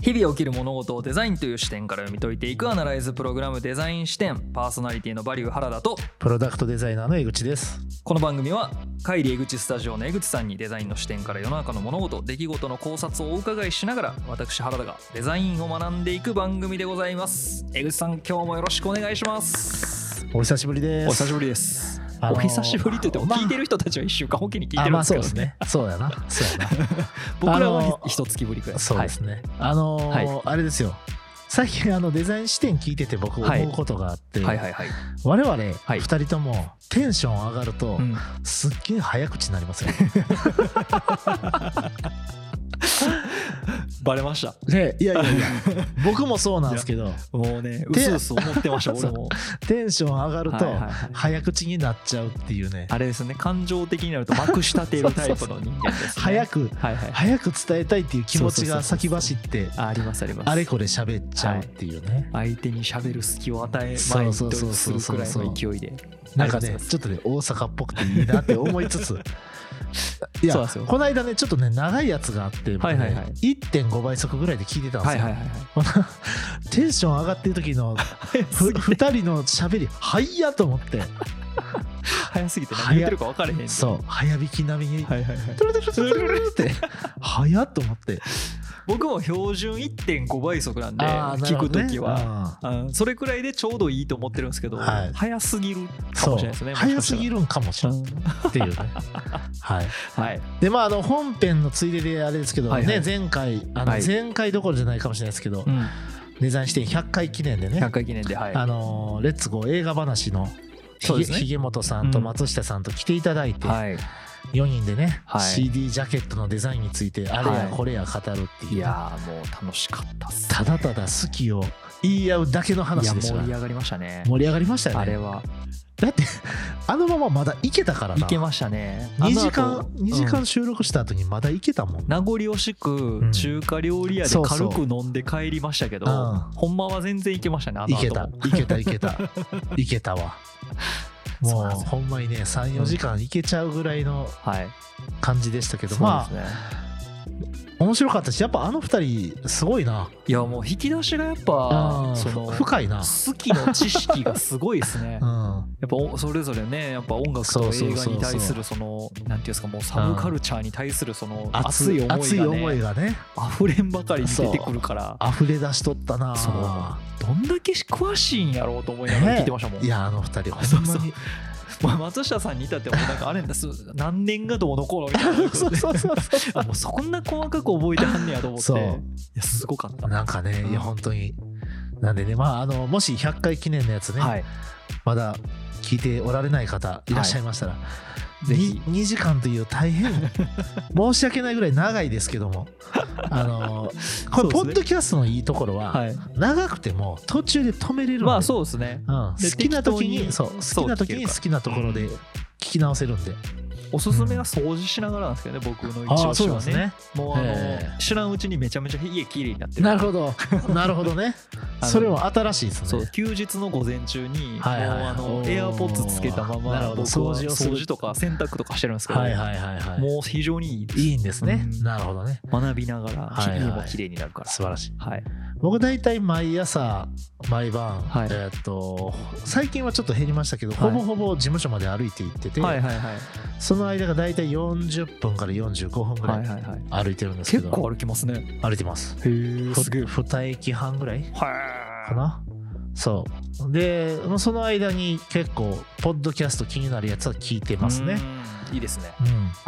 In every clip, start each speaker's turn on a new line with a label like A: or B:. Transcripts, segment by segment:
A: 日々起きる物事をデザインという視点から読み解いていくアナライズプログラムデザイン視点パーソナリティのバリュー原田と
B: プロダクトデザイナーの江口です。
A: この番組は帰り江口スタジオの江口さんにデザインの視点から世の中の物事出来事の考察をお伺いしながら私原田がデザインを学んでいく番組でございます江口さん今日もよろしくお願いします
B: お久しぶりです。
A: お久しぶりです、
B: あのー
A: お久しぶりと言っても
B: まあ
A: 聞いてる人たちは1週間おきに聞いて
B: あ、
A: るん
B: まあ
A: です
B: そ
A: けど
B: うですね。そうやな。そう や
A: 僕らは
B: あ
A: ひ
B: のー
A: 一月ぶりくらい
B: な。そうですね。あのー
A: は
B: あれですよ。最近あのデザイン視点聞いてて僕
A: はい
B: 思うことがあって、
A: はいはいはいはい、
B: 我々二
A: い
B: 人ともテンション上がると、
A: うん
B: すっげえ早口になりますよ。
A: バレました
B: ね、いやいやいや。 僕もそうなんですけど、
A: もうねう
B: て
A: すうす思ってま した
B: そ
A: 俺
B: う
A: も
B: テンション上がる
A: はい
B: と
A: はいはい
B: 早口になっちゃうっていうね。
A: あれですね感情的になるとまくし立てるタイプの人間です、ね、
B: 早く
A: はいはい
B: 早く伝えたいっていう気持ちが先走って。
A: あありますあります
B: あれこれ喋っちゃうっていうね、
A: 相手に喋る隙を与えま
B: そ
A: いうと
B: そうそう
A: す
B: そ
A: る
B: うそう
A: くらいの勢いで
B: なんか
A: あり
B: ね
A: ます
B: ちょっとね大阪っぽくていいなって思いつついや
A: そうなんですよ
B: この間ねちょっとね長いやつがあって、
A: はいはいはい
B: 僕ね1.5倍速ぐらいで聞いてたんで
A: は
B: す
A: い
B: よ、
A: はいはいはい
B: テンション上がってる時の
A: 早すぎて
B: 2人の喋りはいやと思って
A: 早すぎて何言ってるか分かれへん
B: そう早引き並みに、
A: はいはいはい
B: トゥルトゥルトゥルトゥルトゥルって早っと思って
A: 僕も標準1.5倍速なんで
B: あーなる
A: 聞
B: ほ
A: く
B: どね
A: 時はあーそれくらいでちょうどいいと思ってるんですけど
B: はい
A: 早すぎる
B: うん
A: か
B: そ
A: も
B: う
A: しれないですね
B: 早すぎ
A: る
B: るんかもしれないっていうねはい
A: はい
B: でまあ、あの本編のついでであれですけど、
A: はいはい
B: ね、前回あ
A: は
B: の
A: い
B: 前回どころじゃないかもしれないですけど、
A: うん
B: デザイン視点100回記念でね
A: 100回記念ではい
B: あのーレッツゴー映画話のひ
A: そう
B: げ,、
A: ですね
B: 本さんと
A: うん
B: 松下さんと来ていただいて、
A: はい
B: 4人でね、
A: はい
B: CD ジャケットのデザインについてあれ
A: は
B: や
A: い
B: これや語るっていう、
A: いやーもう楽しかったっす
B: ただただ好きを言い合うだけの
A: い
B: 話
A: や
B: でした
A: 盛
B: が
A: り上がりましたね
B: 盛り上がりましたよ
A: あれ
B: ね
A: は
B: だって あのまままだいけたからない
A: けましたね
B: 2時
A: あの
B: 間
A: 後
B: 2時間収録した後にまだいけたもん、
A: 名残惜しく
B: うん
A: 中華料理屋で
B: そう
A: 軽
B: そう
A: く飲んで帰りましたけど、
B: うん
A: ほんまは全然いけましたねあの
B: い
A: 後
B: けた
A: も
B: いけたい けたいけたわ
A: そう
B: も
A: なん
B: う
A: ですよ
B: ほんまにね34時間いけちゃうぐらいの
A: はい
B: 感じでしたけど、
A: そうで
B: ます
A: ね、
B: あ面白かったしやっぱあの2人すごいない
A: やもう引き出しがやっぱ
B: うん
A: その
B: ふ深いな、
A: 好きの知識がすごいですね
B: う
A: や
B: ん、
A: っぱおそれぞれねやっぱ音楽と
B: そうそう
A: 映
B: そう
A: 画
B: そう
A: に対するそのなんていうんですかもうサブカルチャーに対するその熱
B: 熱
A: い思いが、ね、
B: 熱い思いがね
A: 溢れんばかりに出てくるから
B: 溢れ出しとったな
A: そうどんだけ詳しいんやろうと思いながら聞いてましたもん、
B: いやあの2人ほんまに
A: そうそうまあ松下さんに至ってもなんかあれ だす何年がどうのこうのみたいなこと
B: そうそうそう
A: あもうそんな細かく覚えてはんねやと思って
B: そう
A: いやすごかった、
B: なんかねいや本当になんでねまああのもし100回記念のやつね、
A: はい
B: まだ聞いておられない方いらっしゃいましたら、
A: ぜひ
B: に2時間という大 変申し訳ないぐらい長いですけどもあのー
A: そ
B: こ
A: う
B: れ
A: ですね
B: ポッドキャストのいいところは、
A: はい
B: 長くても途中で止めれるんで、
A: まあそうですね
B: うん、
A: で
B: 好きな時
A: 適当に
B: にそう
A: そう
B: 好きな時
A: 聞け
B: に
A: るか
B: 好きなところで聞き直せるんで、
A: おすすめは掃除しながらなんですけどね僕の一
B: あ
A: 押
B: あそ
A: し
B: うなん
A: は
B: です
A: ね
B: ね
A: もうあの、
B: え
A: 知らんうちにめちゃめちゃ家きれいになってる
B: なるほど なるほどね
A: あの
B: それも新しいですね
A: そう休日の午前中に、
B: はいはいはい
A: もうあ
B: お
A: の
B: ー
A: エアポッツつけたま
B: なる
A: ま
B: ほ
A: 僕
B: ど
A: は
B: 掃除をする
A: 掃除とか洗濯とかしてるんですけど、
B: はいはいはいはい
A: もう非常にいいです
B: いいんですね、
A: うん
B: なるほどね
A: 学びながら
B: はいはい
A: 家もきれいになるから
B: 素晴らしい
A: はい
B: 僕大体毎朝毎晩、
A: はい
B: えーっと最近はちょっと減りましたけど、
A: はい
B: ほぼほぼ事務所まで歩いて行ってて、
A: はいはいはい
B: その間が大体40分から45分ぐ
A: は
B: ら
A: い
B: い
A: はいはい
B: 歩いてるんですけ
A: 結
B: ど、
A: 構歩きますね
B: 歩いてます
A: へえ
B: ふ2駅半ぐらい
A: は
B: かなそうでもうその間に結構ポッドキャスト気になるやつは聞いてます
A: う
B: ね
A: んいいですね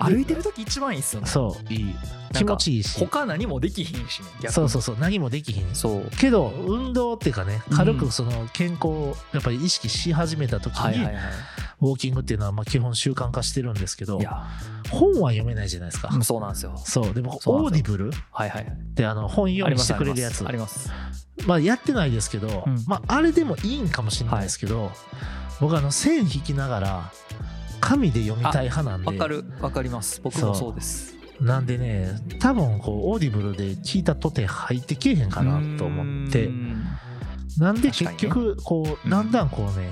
B: うん、
A: 歩いてる時一番いいっすよね
B: そういい
A: か
B: 気持ちいいし
A: 他何もできひんしね逆に
B: そうそうそう何もできひん
A: そう
B: けど運動っていうかね軽
A: う
B: く
A: ん
B: その健康をやっぱり意識し始めた時
A: はい
B: に
A: はいは
B: ウォーキングっていうのはまあ基本習慣化してるんですけど
A: いいや
B: 本は読めないじゃないですか、
A: うんそうなんですよ
B: そうでも
A: そうなん
B: オー
A: です
B: デ
A: よ
B: ィブルっ
A: はいはいはい
B: てあの本読みしてくれるやつ
A: あります
B: まあやってないですけど、
A: うん
B: まああれでもいいんかもしれないですけど、僕あの線引きながら紙で読みたい派なん
A: わか
B: で
A: るわかります僕もそうです
B: なんでね多分こうオーディブルで聞いたとて入ってけえへんかなと思って
A: うん
B: なんで
A: 確か
B: 結
A: にね
B: 局こう
A: うん
B: だんだんこうね、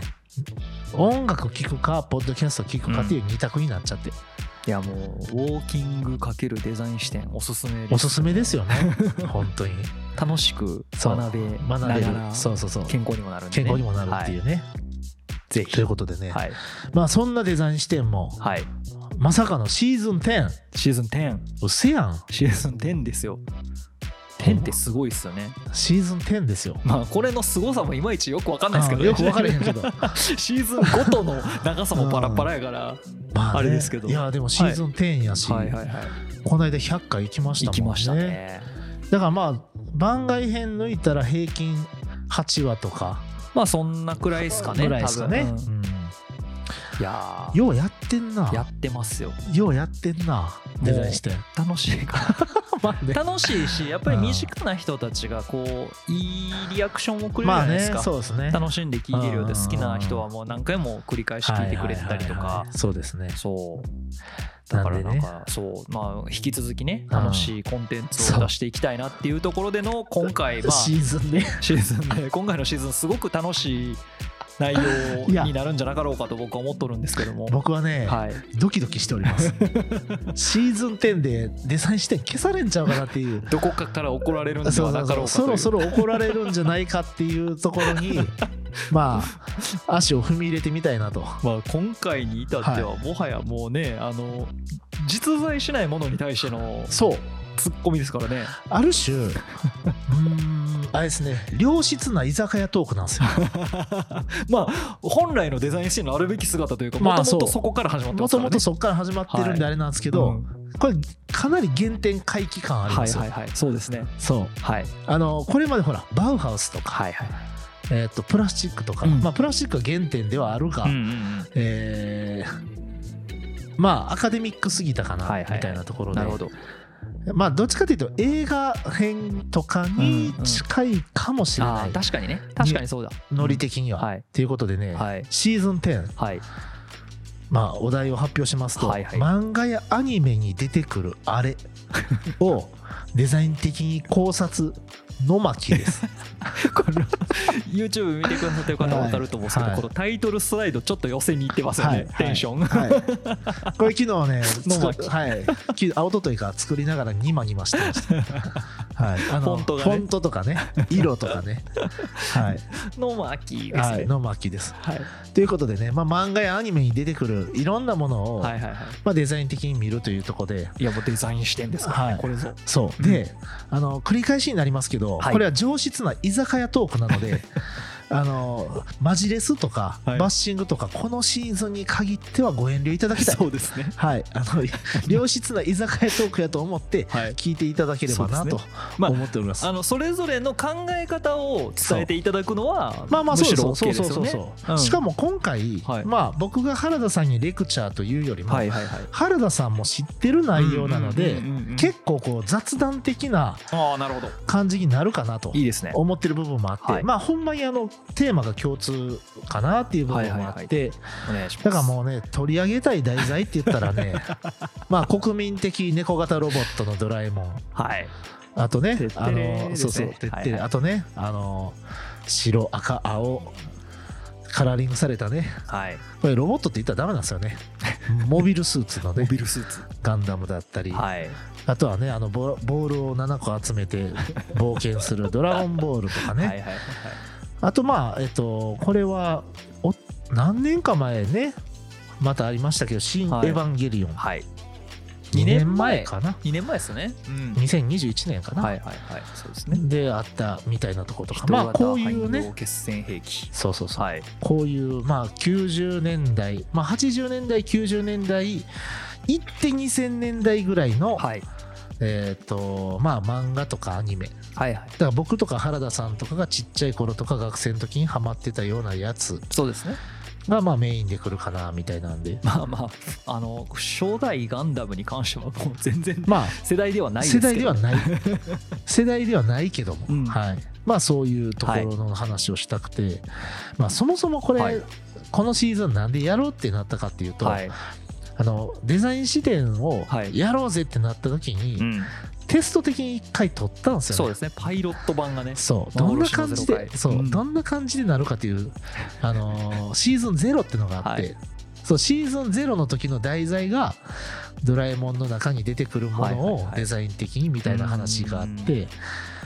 B: 音楽聴くかポッドキャスト聴くかっていう二択になっちゃって、
A: いやもうウォーキングかけるデザイン視点おすすめです
B: おすすめですよね本当に
A: 楽しく
B: そう
A: 学べな
B: 学
A: が
B: べる
A: ら
B: そうそうそう
A: 健康にもなるんで、ね、、
B: 健康にもなるっていううね、
A: ぜひ
B: ということでね、
A: はい、
B: まあそんなデザイン視点も、
A: はい、
B: まさかのシーズン10
A: シーズン10
B: うっせやん
A: シーズン10ですよ10ってすごいっすよね
B: シーズン10ですよ
A: まあこれの凄さもいまいちよくわかんないですけど、
B: あーよくわからへんけど
A: シーズンごとの長さもバラバラやから、
B: ま
A: あれですけど
B: いやでもシーズン10やし、
A: はいはいはい
B: この間100回行きました
A: 行
B: もん
A: きましたね
B: だからまあ番外編抜いたら平均8話とか
A: まあそんなくらいですかね
B: ぐらいですかね、
A: 多分うん
B: うん
A: いやー
B: ようやってんな
A: やってますよ
B: ようやってんなデザインして
A: 楽しいから
B: まあね
A: 楽しいしやっぱり身近な人たちがこういいリアクションをくれるじ
B: ま
A: ゃ
B: あ
A: ないです
B: ね
A: か、
B: そうですね
A: 楽しんで聴いてるようで
B: うんうんうん
A: 好きな人はもう何回も繰り返し聴いてくれたりと
B: はいはいはい
A: か
B: はいそうですね
A: そうだから
B: な
A: なん
B: で
A: ん
B: ね
A: かそうまあ引き続きね
B: うん
A: 楽しいコンテンツを出していきたいなっていうところでの今回まあ
B: シ
A: シ
B: ーズンね
A: ーズンで今回のシーズンすごく楽しい内
B: い
A: 容
B: や
A: になるんじゃなかろうかと僕は思っとるんですけども
B: 僕はね、
A: はい
B: ドキドキしておりますシーズン10でデザイン視点消されんちゃうかなっていう
A: どこかから怒られるんで
B: そ
A: は
B: うそ
A: な
B: う
A: か
B: そ
A: ろうかと
B: う
A: い
B: そうろそろ怒られるんじゃないかっていうところ にまあ足を踏み入れてみたいなと
A: まあ、今回に至ってはもはやもうね、あの実在しないものに対しての
B: そう
A: ツッコミですからね
B: ある種うーんあれですね良質な居酒屋トークな んですよ
A: まあ本来のデザインシーンのあるべき姿というかも
B: まあ
A: ともと
B: そう
A: そこから始まってま
B: も
A: す
B: と
A: から
B: も
A: ね
B: と。そこから始まってるんで
A: は
B: あれなんですけど、
A: うん
B: これかなり原点回帰感あり
A: は
B: ま
A: い
B: すよ、
A: はいはいそうですね
B: そう
A: はい
B: あのこれまでほらバウハウスとか、
A: はいはい
B: えー、とプラスチックとか、
A: うん
B: まあ、プラスチックは原点ではあるが、
A: うんうんうん
B: えーまあアカデミックすぎたかな、
A: はいはいはい
B: みたいなところで
A: なるほど
B: まあどっちかというと映画編とかに近いかもしれ
A: あ
B: ない、
A: ー確かにね確かにそうだ
B: ノリ的には。
A: はい
B: ということでね、
A: はい
B: シーズン10、
A: はい
B: まあ、お題を発表しますと、
A: はいはい
B: 漫画やアニメに出てくるあれをデザイン的に考察の巻です。
A: これ YouTube 見てくださってる方は
B: はい
A: 分かると思うんですけど、
B: はい
A: このタイトルスライドちょっと寄せにいってますよね、
B: はい
A: テンション、
B: はい、これ 昨日ね、
A: の
B: 作
A: 巻
B: はい、きあおとといから作りながらニマニマして ました。はい、あ
A: フォントがね
B: フォントとかね、色と かね、はい、
A: ノマキです
B: はい、
A: ね、
B: の巻です。
A: はい、
B: ということでね、まあ、漫画やアニメに出てくるいろんなものを、
A: はいはいはい
B: まあ、デザイン的に見るというところで、
A: いやもうデザインしてんですからね、
B: はい
A: これぞ
B: そうで、あの繰り返しになりますけど、
A: はい
B: これは上質な居酒屋トークなのであのマジレスとか、
A: はい
B: バッシングとかこのシーズンに限ってはご遠慮いただきたい。
A: そうですね
B: はい、あの 良質な居酒屋トークやと思って
A: はい
B: 聞いていただければな
A: そうで
B: と
A: すまあ
B: 思っております。
A: あのそれぞれの考え方を伝えていただくのは
B: まあまあそうそう
A: むし
B: そ
A: ろ
B: う
A: OK で
B: そう
A: す
B: そ
A: よね
B: うそう、
A: うん
B: しかも今回、
A: はい
B: まあ僕が原田さんにレクチャーというよりも、
A: はいはいはい
B: 原田さんも知ってる内容なので、
A: うんうんうんうん
B: 結構こう雑談的な
A: ああなるほど
B: 感じになるかなと
A: いいですね
B: 思ってる部分もあって、
A: はい
B: まあほんまにあのテーマが共通かなっていう部分もあって、
A: はいお願いします
B: だからもうね取り上げたい題材って言ったら ねまあ国民的猫型ロボットのドラえもん
A: はい
B: あとね
A: てってれ
B: あ
A: です
B: の
A: ね
B: そうそうてってれ
A: はいはい
B: あとねあの白赤青カラーリングされたね
A: はい
B: これロボットって言ったらダメなんですよね モビルスーツのね
A: ルスーツ
B: ガンダムだったり、
A: はい
B: あとはねあのボボールを7個集めて冒険 する「ドラゴンボール」とか
A: は
B: ね、
A: いはいはい
B: あとまあえっとこれはお何年か前ねまたありましたけど「新エ
A: はい
B: ヴァンゲリオン」
A: はい
B: 2年前かな
A: 2年前ですねうん
B: 2021年かな、
A: はいはいはいそうですね
B: であったみたいなとことかまあこういうね
A: 決戦兵器
B: そうそうそう、
A: はい
B: こういうまあ90年代まあ80年代90年代1.2000年代ぐらいの、
A: はい
B: えっ、とまあ漫画とかアニメ
A: はいはい
B: だから僕とか原田さんとかがちっちゃい頃とか学生の時にハマってたようなやつ
A: そうですね
B: がまあメインで来るかなみたいなんで
A: まあまああの初代ガンダムに関してはもう全然
B: ま
A: 世代では
B: あ
A: ないです
B: 世
A: けど
B: 代では ない世代ではないけども、
A: うん
B: はい、まあそういうところの話をしたくて、まあそもそもこれ、
A: はい
B: このシーズンなんでやろうってなったかっていうと、
A: はい
B: あのデザイン視点を
A: はい
B: やろうぜってなった時に、
A: うん
B: テスト的に一回取ったんですよね。
A: そうですねパイロット版がね
B: そうどんな
A: 幻の
B: 感じ
A: ゼロ回
B: でそう、
A: うん
B: どんな感じでなるかという、あのーシーズン0っていうのがあって、
A: はい
B: そうシーズン0の時の題材が「ドラえもん」の中に出てくるもの
A: はいはい
B: を
A: はい
B: デザイン的にみたいな話があって、
A: う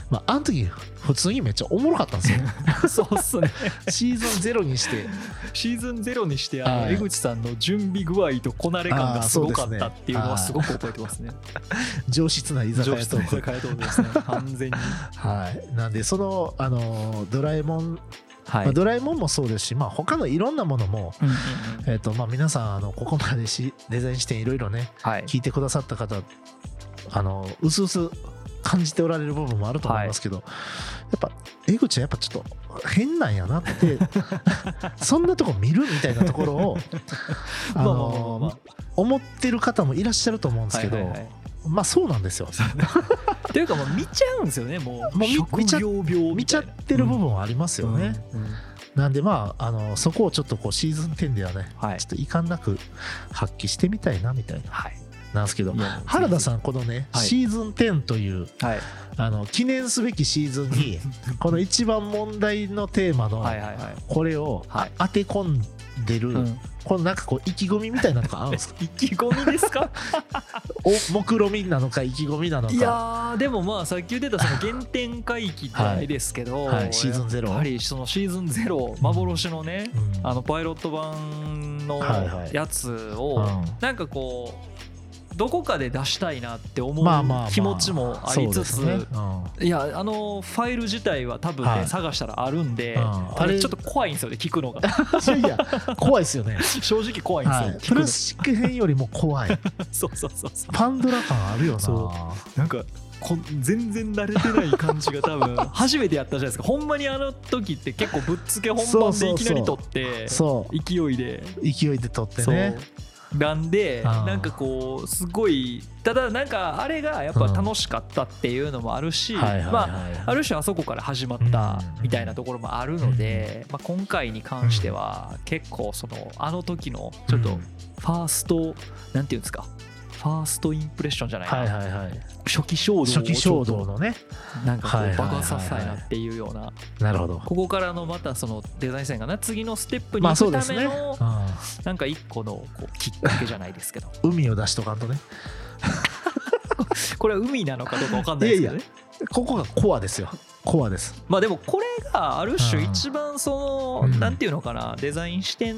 B: まあ、あの時普通にめっちゃおもろかったんです
A: そ
B: よ
A: うっすね
B: シーズンゼロにして
A: シーズンゼロにしてあの
B: はい
A: 江口さんの準備具合とこなれ感がすごかったっていうのは
B: あー
A: す
B: そ
A: ごく覚えてますね。
B: 上質な居酒
A: 上
B: 屋
A: 質
B: ト
A: の
B: ーク
A: 居酒屋トークです ね。完全に。
B: はい、なんでその、あのードラえもん、
A: は
B: まあ、ドラえもんもそうですし、まあ、他のいろんなものも、
A: うんうんうん
B: えーとまあ、皆さんあのここまでしデザイン視点いろいろね
A: はい。
B: 聞いてくださった方あのうすうす感じておられる部分もあると思いますけど、やっぱ江口はやっぱちょっと変なんやなって そんなとこ見るみたいなところを、
A: ま
B: あ
A: あまあまあまあま
B: の
A: あ
B: 思ってる方もいらっしゃると思うんですけど、
A: はいはいはい
B: まあそうなんですよ
A: っていうかもう見ちゃうんですよね。もう
B: もう見
A: 職
B: 見ちゃ
A: 業病
B: 見
A: み
B: ち
A: た
B: ゃっ
A: いな。
B: てる部分はありますよね。
A: うん。うん
B: なんでまあ、あのそこをちょっとこうシーズン10ではね、
A: はい
B: ちょっと遺憾なく発揮してみたいなみたいな、
A: はい。
B: なんですけど
A: い、や
B: 原田さん、このね、
A: はい
B: シーズン10という
A: はい
B: あの記念すべきシーズンに、この一番問題のテーマの
A: はいはいはい。
B: これを
A: はい
B: 当て込んでる、
A: うん
B: このなんかこう、意気込みみたいなのとかある んですか
A: 意気込みです か
B: お目論みなのか、意気込みなの
A: い
B: か、
A: やーでもまあさっき言ってたその原点回帰じゃないですけど、
B: はい、シーズンゼロ
A: やっぱりそのシーズンゼロ幻のね、
B: うん
A: あのパイロット版の
B: はいはい
A: やつを
B: うん
A: なんかこうどこかで出したいなって思
B: まあまあまあ
A: う気持ちもありつつ
B: そうですねうん
A: いやあのファイル自体は多分
B: は
A: ね
B: い
A: 探したらあるんで
B: うん
A: あ
B: あ
A: れ
B: れ
A: ちょっと怖いんですよね聞くのが
B: いやいや、怖いですよね。
A: 正直 怖いんですよ
B: はい、
A: 聞
B: プ
A: くの
B: ラスチック編よりも怖い
A: そうそうそうそう
B: パンドラ感あるよ
A: そ
B: な
A: なんかこん全然慣れてない感じが多分初めてやったじゃないですかほんまにあの時って結構ぶっつけ本番でいきなり撮って
B: そ
A: 勢いで
B: う勢いで撮ってね
A: そうなんで
B: あー
A: なんかこうすごいただなんかあれがやっぱ楽しかったっていうのもあるし、
B: はいはい
A: まあ
B: はい、
A: ある種あそこから始まったみたいなところもあるので、まあ、今回に関しては結構そのあの時のちょっ
B: う
A: と
B: ん
A: ファーストなんていうんですかファーストインプレッションじゃないな、
B: はいはいはい
A: 初期衝動をちょ
B: 初
A: っと
B: 期衝動のね
A: なんかこ
B: はいうはいはいはい
A: 爆発させたいなっていうような
B: なるほど
A: ここからのまたそのデザイン戦がな次のステップに
B: まあ
A: 行
B: そう
A: く
B: で
A: た
B: す
A: め
B: ね、
A: のなんか一個のこうきっかけじゃないですけど
B: うん海を出しとかんとね
A: これは海なのかどうかわかんないですけどね
B: いここがコアですよコアです
A: まあでもこれがある種
B: うん
A: 一番その、
B: うん
A: なんていうのかなデザイン視点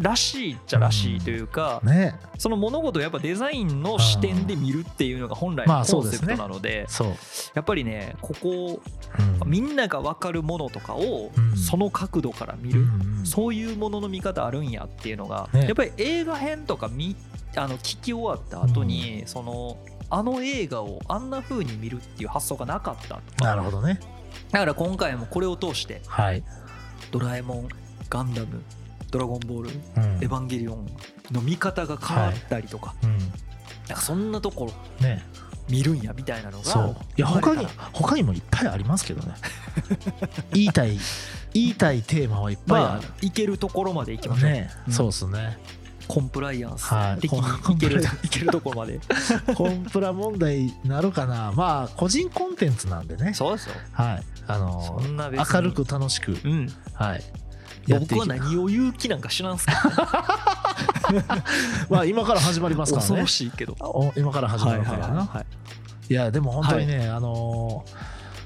A: らしいっちゃらしいというか、
B: ね
A: その物事をやっぱデザインの視点で見るっていうのが本来
B: ま
A: の
B: あそ
A: コ
B: う
A: ン
B: で
A: セ
B: す
A: プト
B: ね
A: なので,、
B: そう、
A: やっぱりねここ
B: うん
A: みんなが分かるものとかを
B: うん
A: その角度から見
B: う
A: る、
B: んうん
A: そういうものの見方あるんやっていうのが、
B: ね
A: やっぱり映画編とか見あの聞き終わった後に、そのあの映画をあんな風に見るっていう発想がなかったと
B: な
A: か
B: るほどね
A: だから今回もこれを通して
B: はい、
A: 「ドラえもん」「ガンダム」「ドラゴンボール」
B: う
A: 「
B: ん
A: エヴァンゲリオン」の見方が変わったりとか,、
B: うん
A: なんかそんなところ
B: ね
A: 見るんやみたいなのが
B: そういや
A: 生ま
B: 他
A: れた
B: に
A: ら
B: 他にもいっぱいあります けどね言いたい言いたいテーマはいっぱいあ
A: ま
B: る
A: あ、いけるところまでいきましょう、
B: ね、
A: うん
B: そうですね。
A: コンプライアンス
B: はい
A: 的
B: コ
A: に
B: ン
A: いける,、
B: コンプライア
A: い、けるところま で
B: コンプラ問題なるかな。まあ個人コンテンツなんでね。
A: そうですよ
B: はい。あの
A: そんな別に
B: 明るく楽しく
A: うん
B: はい。やって
A: 僕
B: い
A: は
B: き
A: 何を言う気なんか知ら んすけど、
B: まあ今から始まりますから
A: 恐
B: ね
A: ろ。しいけど
B: お今から始まるからな。
A: はい
B: やでも本当にね、あのー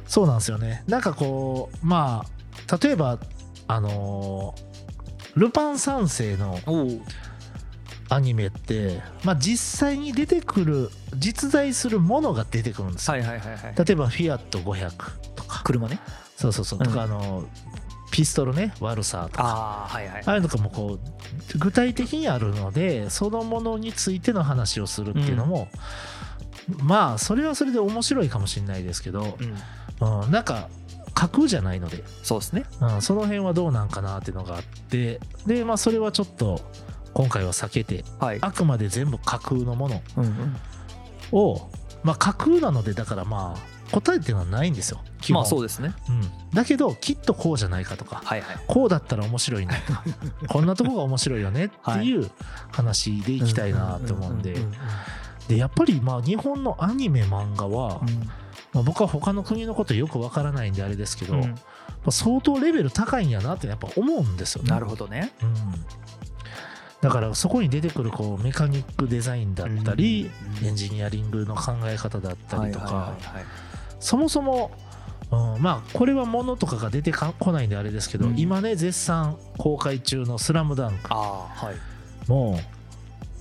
B: そうなんですよね。なんかこうまあ例えばあのールパン三世の
A: いはい、おう
B: アニメって、まあ、実際に出てくる実在するものが出てくるんですよ、
A: はいはいはいはい
B: 例えばフィアット500とか
A: 車ね
B: そうそうそう、
A: うん
B: とかあのピストルねワルサーとか
A: ああはいはい
B: ああいうのとかもこう具体的にあるのでそのものについての話をするっていうのも、まあそれはそれで面白いかもしれないですけど、
A: うん
B: うん、なんか架空じゃないので、
A: そうですね
B: うん、その辺はどうなんかなっていうのがあってでまあそれはちょっと今回は避けて
A: はい
B: あくまで全部架空のもの
A: うんうん
B: を、まあ、架空なのでだからまあ答えっていうのはないんですよ基
A: ま
B: 本、
A: あそうですね
B: うん、だけどきっとこうじゃないかとか
A: はいはい
B: こうだったら面白い ねとかこんなとこが面白いよねっていう話でいきたいなと思うんで
A: うん
B: でやっぱりまあ日本のアニメ漫画は、まあ、僕は他の国のことよくわからないんであれですけど、
A: うんうん
B: まあ相当レベル高いんやなってやっぱ思うんですよね。
A: なるほどね
B: うんだからそこに出てくるこうメカニックデザインだったり、
A: うん
B: エンジニアリングの考え方だったりとか、
A: はいはいはいはい
B: そもそもうん、まあこれは物とかが出てかこないんであれですけど、
A: うん
B: 今ね絶賛公開中の「スラムダンク
A: ああはい
B: も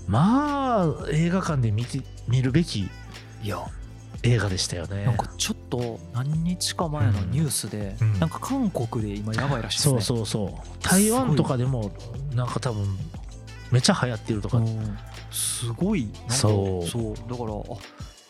B: まあ映画館で見て見るべき
A: いや
B: 映画でしたよね
A: なんかちょっと何日か前のニュースで、
B: うんうん
A: なんか韓国で今やばいらしいです
B: そ
A: ね
B: うそうそう台湾とかでもなんか多分めっちゃ流行ってるとか、
A: うんすごいなんか
B: そう
A: そうだからあ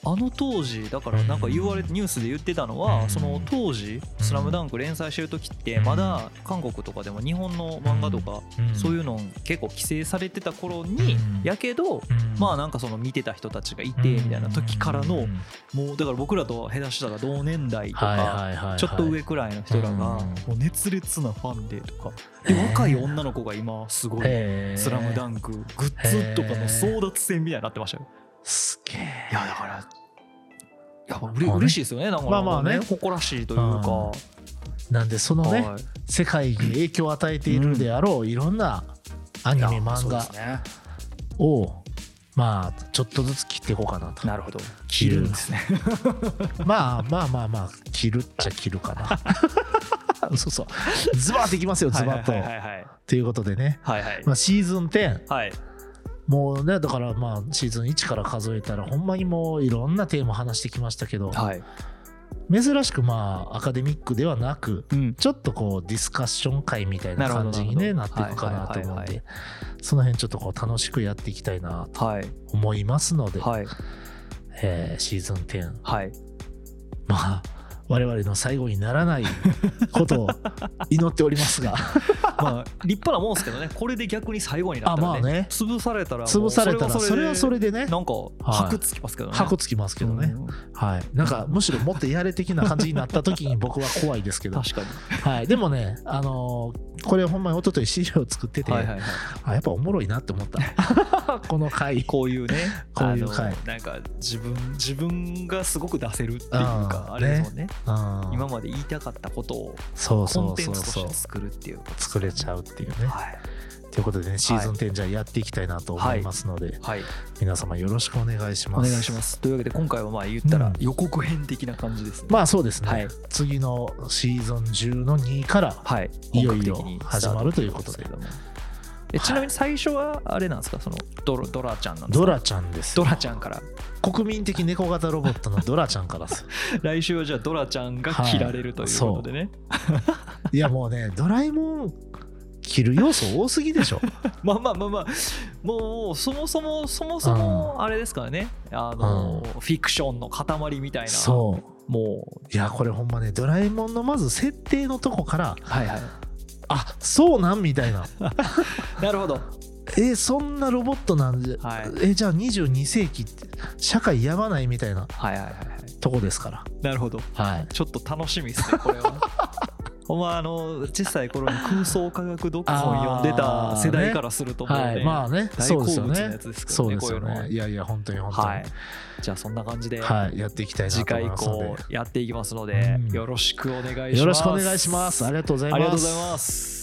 A: あの当時だからなんか言われ
B: うん
A: ニュースで言ってたのは、
B: うん
A: その当時「
B: うん
A: スラムダンク連載してる時って
B: うん
A: まだ韓国とかでも日本の漫画とか、そういうの結構規制されてた頃に、
B: うん
A: やけど
B: うん、
A: まあなんかその見てた人たちがいてみたいな時からの、
B: うん
A: もうだから僕らと下手したら同年代とか、
B: はいはいはいはい
A: ちょっと上くらいの人らが
B: うん
A: もう熱烈なファンでとかで
B: ねえ
A: 若い女の子が今すごい「
B: へー
A: スラムダンクグッズとかの争奪戦みたいになってましたよ。
B: すげえ
A: いやだからいやうれ
B: まあね
A: 嬉しいですよねなんか
B: まあまあね
A: 誇らしいというか、
B: なんでそのね、
A: はい
B: 世界に影響を与えているであろういろんなアニメ
A: いや
B: 漫
A: そうで
B: 画
A: すね
B: をまあちょっとずつ切っていこうかなと
A: なるほど切るんですね
B: まあまあまあまあ切るっちゃ切るか なそうそうズバッといきますよズバッと。
A: はいはいはい
B: ということでね、
A: はいはい
B: まあ、シーズン10
A: はい
B: もうねだからまあシーズン1から数えたらほんまにもういろんなテーマ話してきましたけど
A: はい
B: 珍しくまあアカデミックではなく
A: うん
B: ちょっとこうディスカッション会みたいな感じに、ね、
A: な
B: な
A: る
B: っ
A: ほど
B: ていくかなと思
A: は
B: う
A: いはい
B: ん
A: はい
B: でその辺ちょっとこう楽しくやっていきたいなと
A: はい
B: 思いますので、
A: はい
B: えーシーズン10
A: はい
B: まあ 我々の最後にならないことを祈っておりますが
A: まあ立派なもんですけどねこれで逆に最後になった
B: あま
A: ら
B: あ
A: ね
B: ね
A: 潰されたらもう
B: 潰されたらそれはそれ
A: で
B: でね
A: なんか箔つきますけどね
B: 箱つきますけどね、
A: うん
B: はいなんかむしろもっとやれ的な感じになった時に僕は怖いですけど、
A: 確かに
B: はい、でもねあのーこれほんまに一昨日資料を作ってて、
A: はいはいはい
B: あやっぱおもろいなって思った この回
A: こういうね、
B: こういう
A: あの
B: はい
A: なんか自分自分がすごく出せるっていうか、
B: うん
A: あれですもんね
B: うん
A: 今まで言いたかったことを
B: そう
A: コ
B: そ
A: ン
B: う
A: テ
B: そ
A: ン
B: う
A: ツと
B: そう
A: して作るっていうこと
B: 作れちゃうっていうね
A: はい
B: ということでねシーズン10じゃあやっていきたいなと思いますので、
A: はい、
B: 皆様よろしくお願いし
A: お
B: ます
A: 願いしますというわけで今回はまあ言ったら
B: うん
A: 予告編的な感じですね、
B: まあそうですね、
A: はい
B: 次のシーズン10の2から
A: はい
B: い
A: 本
B: よ
A: 格
B: いよ
A: 的にス
B: 始
A: ター
B: ま
A: ト
B: るということで
A: ですけどもえちなみに最初はあれなんですかそのドロドラちゃんなんですか
B: ドラちゃんです
A: ドラちゃんから
B: 国民的猫型ロボットのドラちゃんからです
A: 来週はじゃあドラちゃんが切られるということでね、
B: いやもうねドラえもん着る要素多すぎ でしょ
A: まあまあまあまあもうそもそもそもそもあれですからね、あのフィクションの塊みたいな
B: そう
A: もう
B: いやこれほんまねドラえもんのまず設定のとこから
A: はいはい
B: あそうなんみたいな
A: なるほど
B: えそんなロボットなんじゃ、
A: はい
B: えじゃあ22世紀って社会やばないみたいな
A: はいはいはいはい
B: とこですから
A: なるほど
B: はい
A: ちょっと楽しみですねこれ はほんまあの小さい頃に空想科学読本読んでた世代からするともうね
B: はい、まあね、
A: 大
B: そうです
A: 好
B: よ
A: 物のや
B: ね。
A: つですから
B: そう
A: ね
B: ですよ
A: こういうのは
B: ね。いやいや、本当に本当に。
A: はいじゃあそんな感じで、
B: はい、やっていきたいな
A: 次
B: と思
A: 回
B: い
A: 以
B: ますの
A: 降やっていきますので、
B: うん
A: よろしくお願いしま
B: で。
A: す
B: よろしくお願いします。ありがとうございま
A: あ
B: す。
A: りがとうございます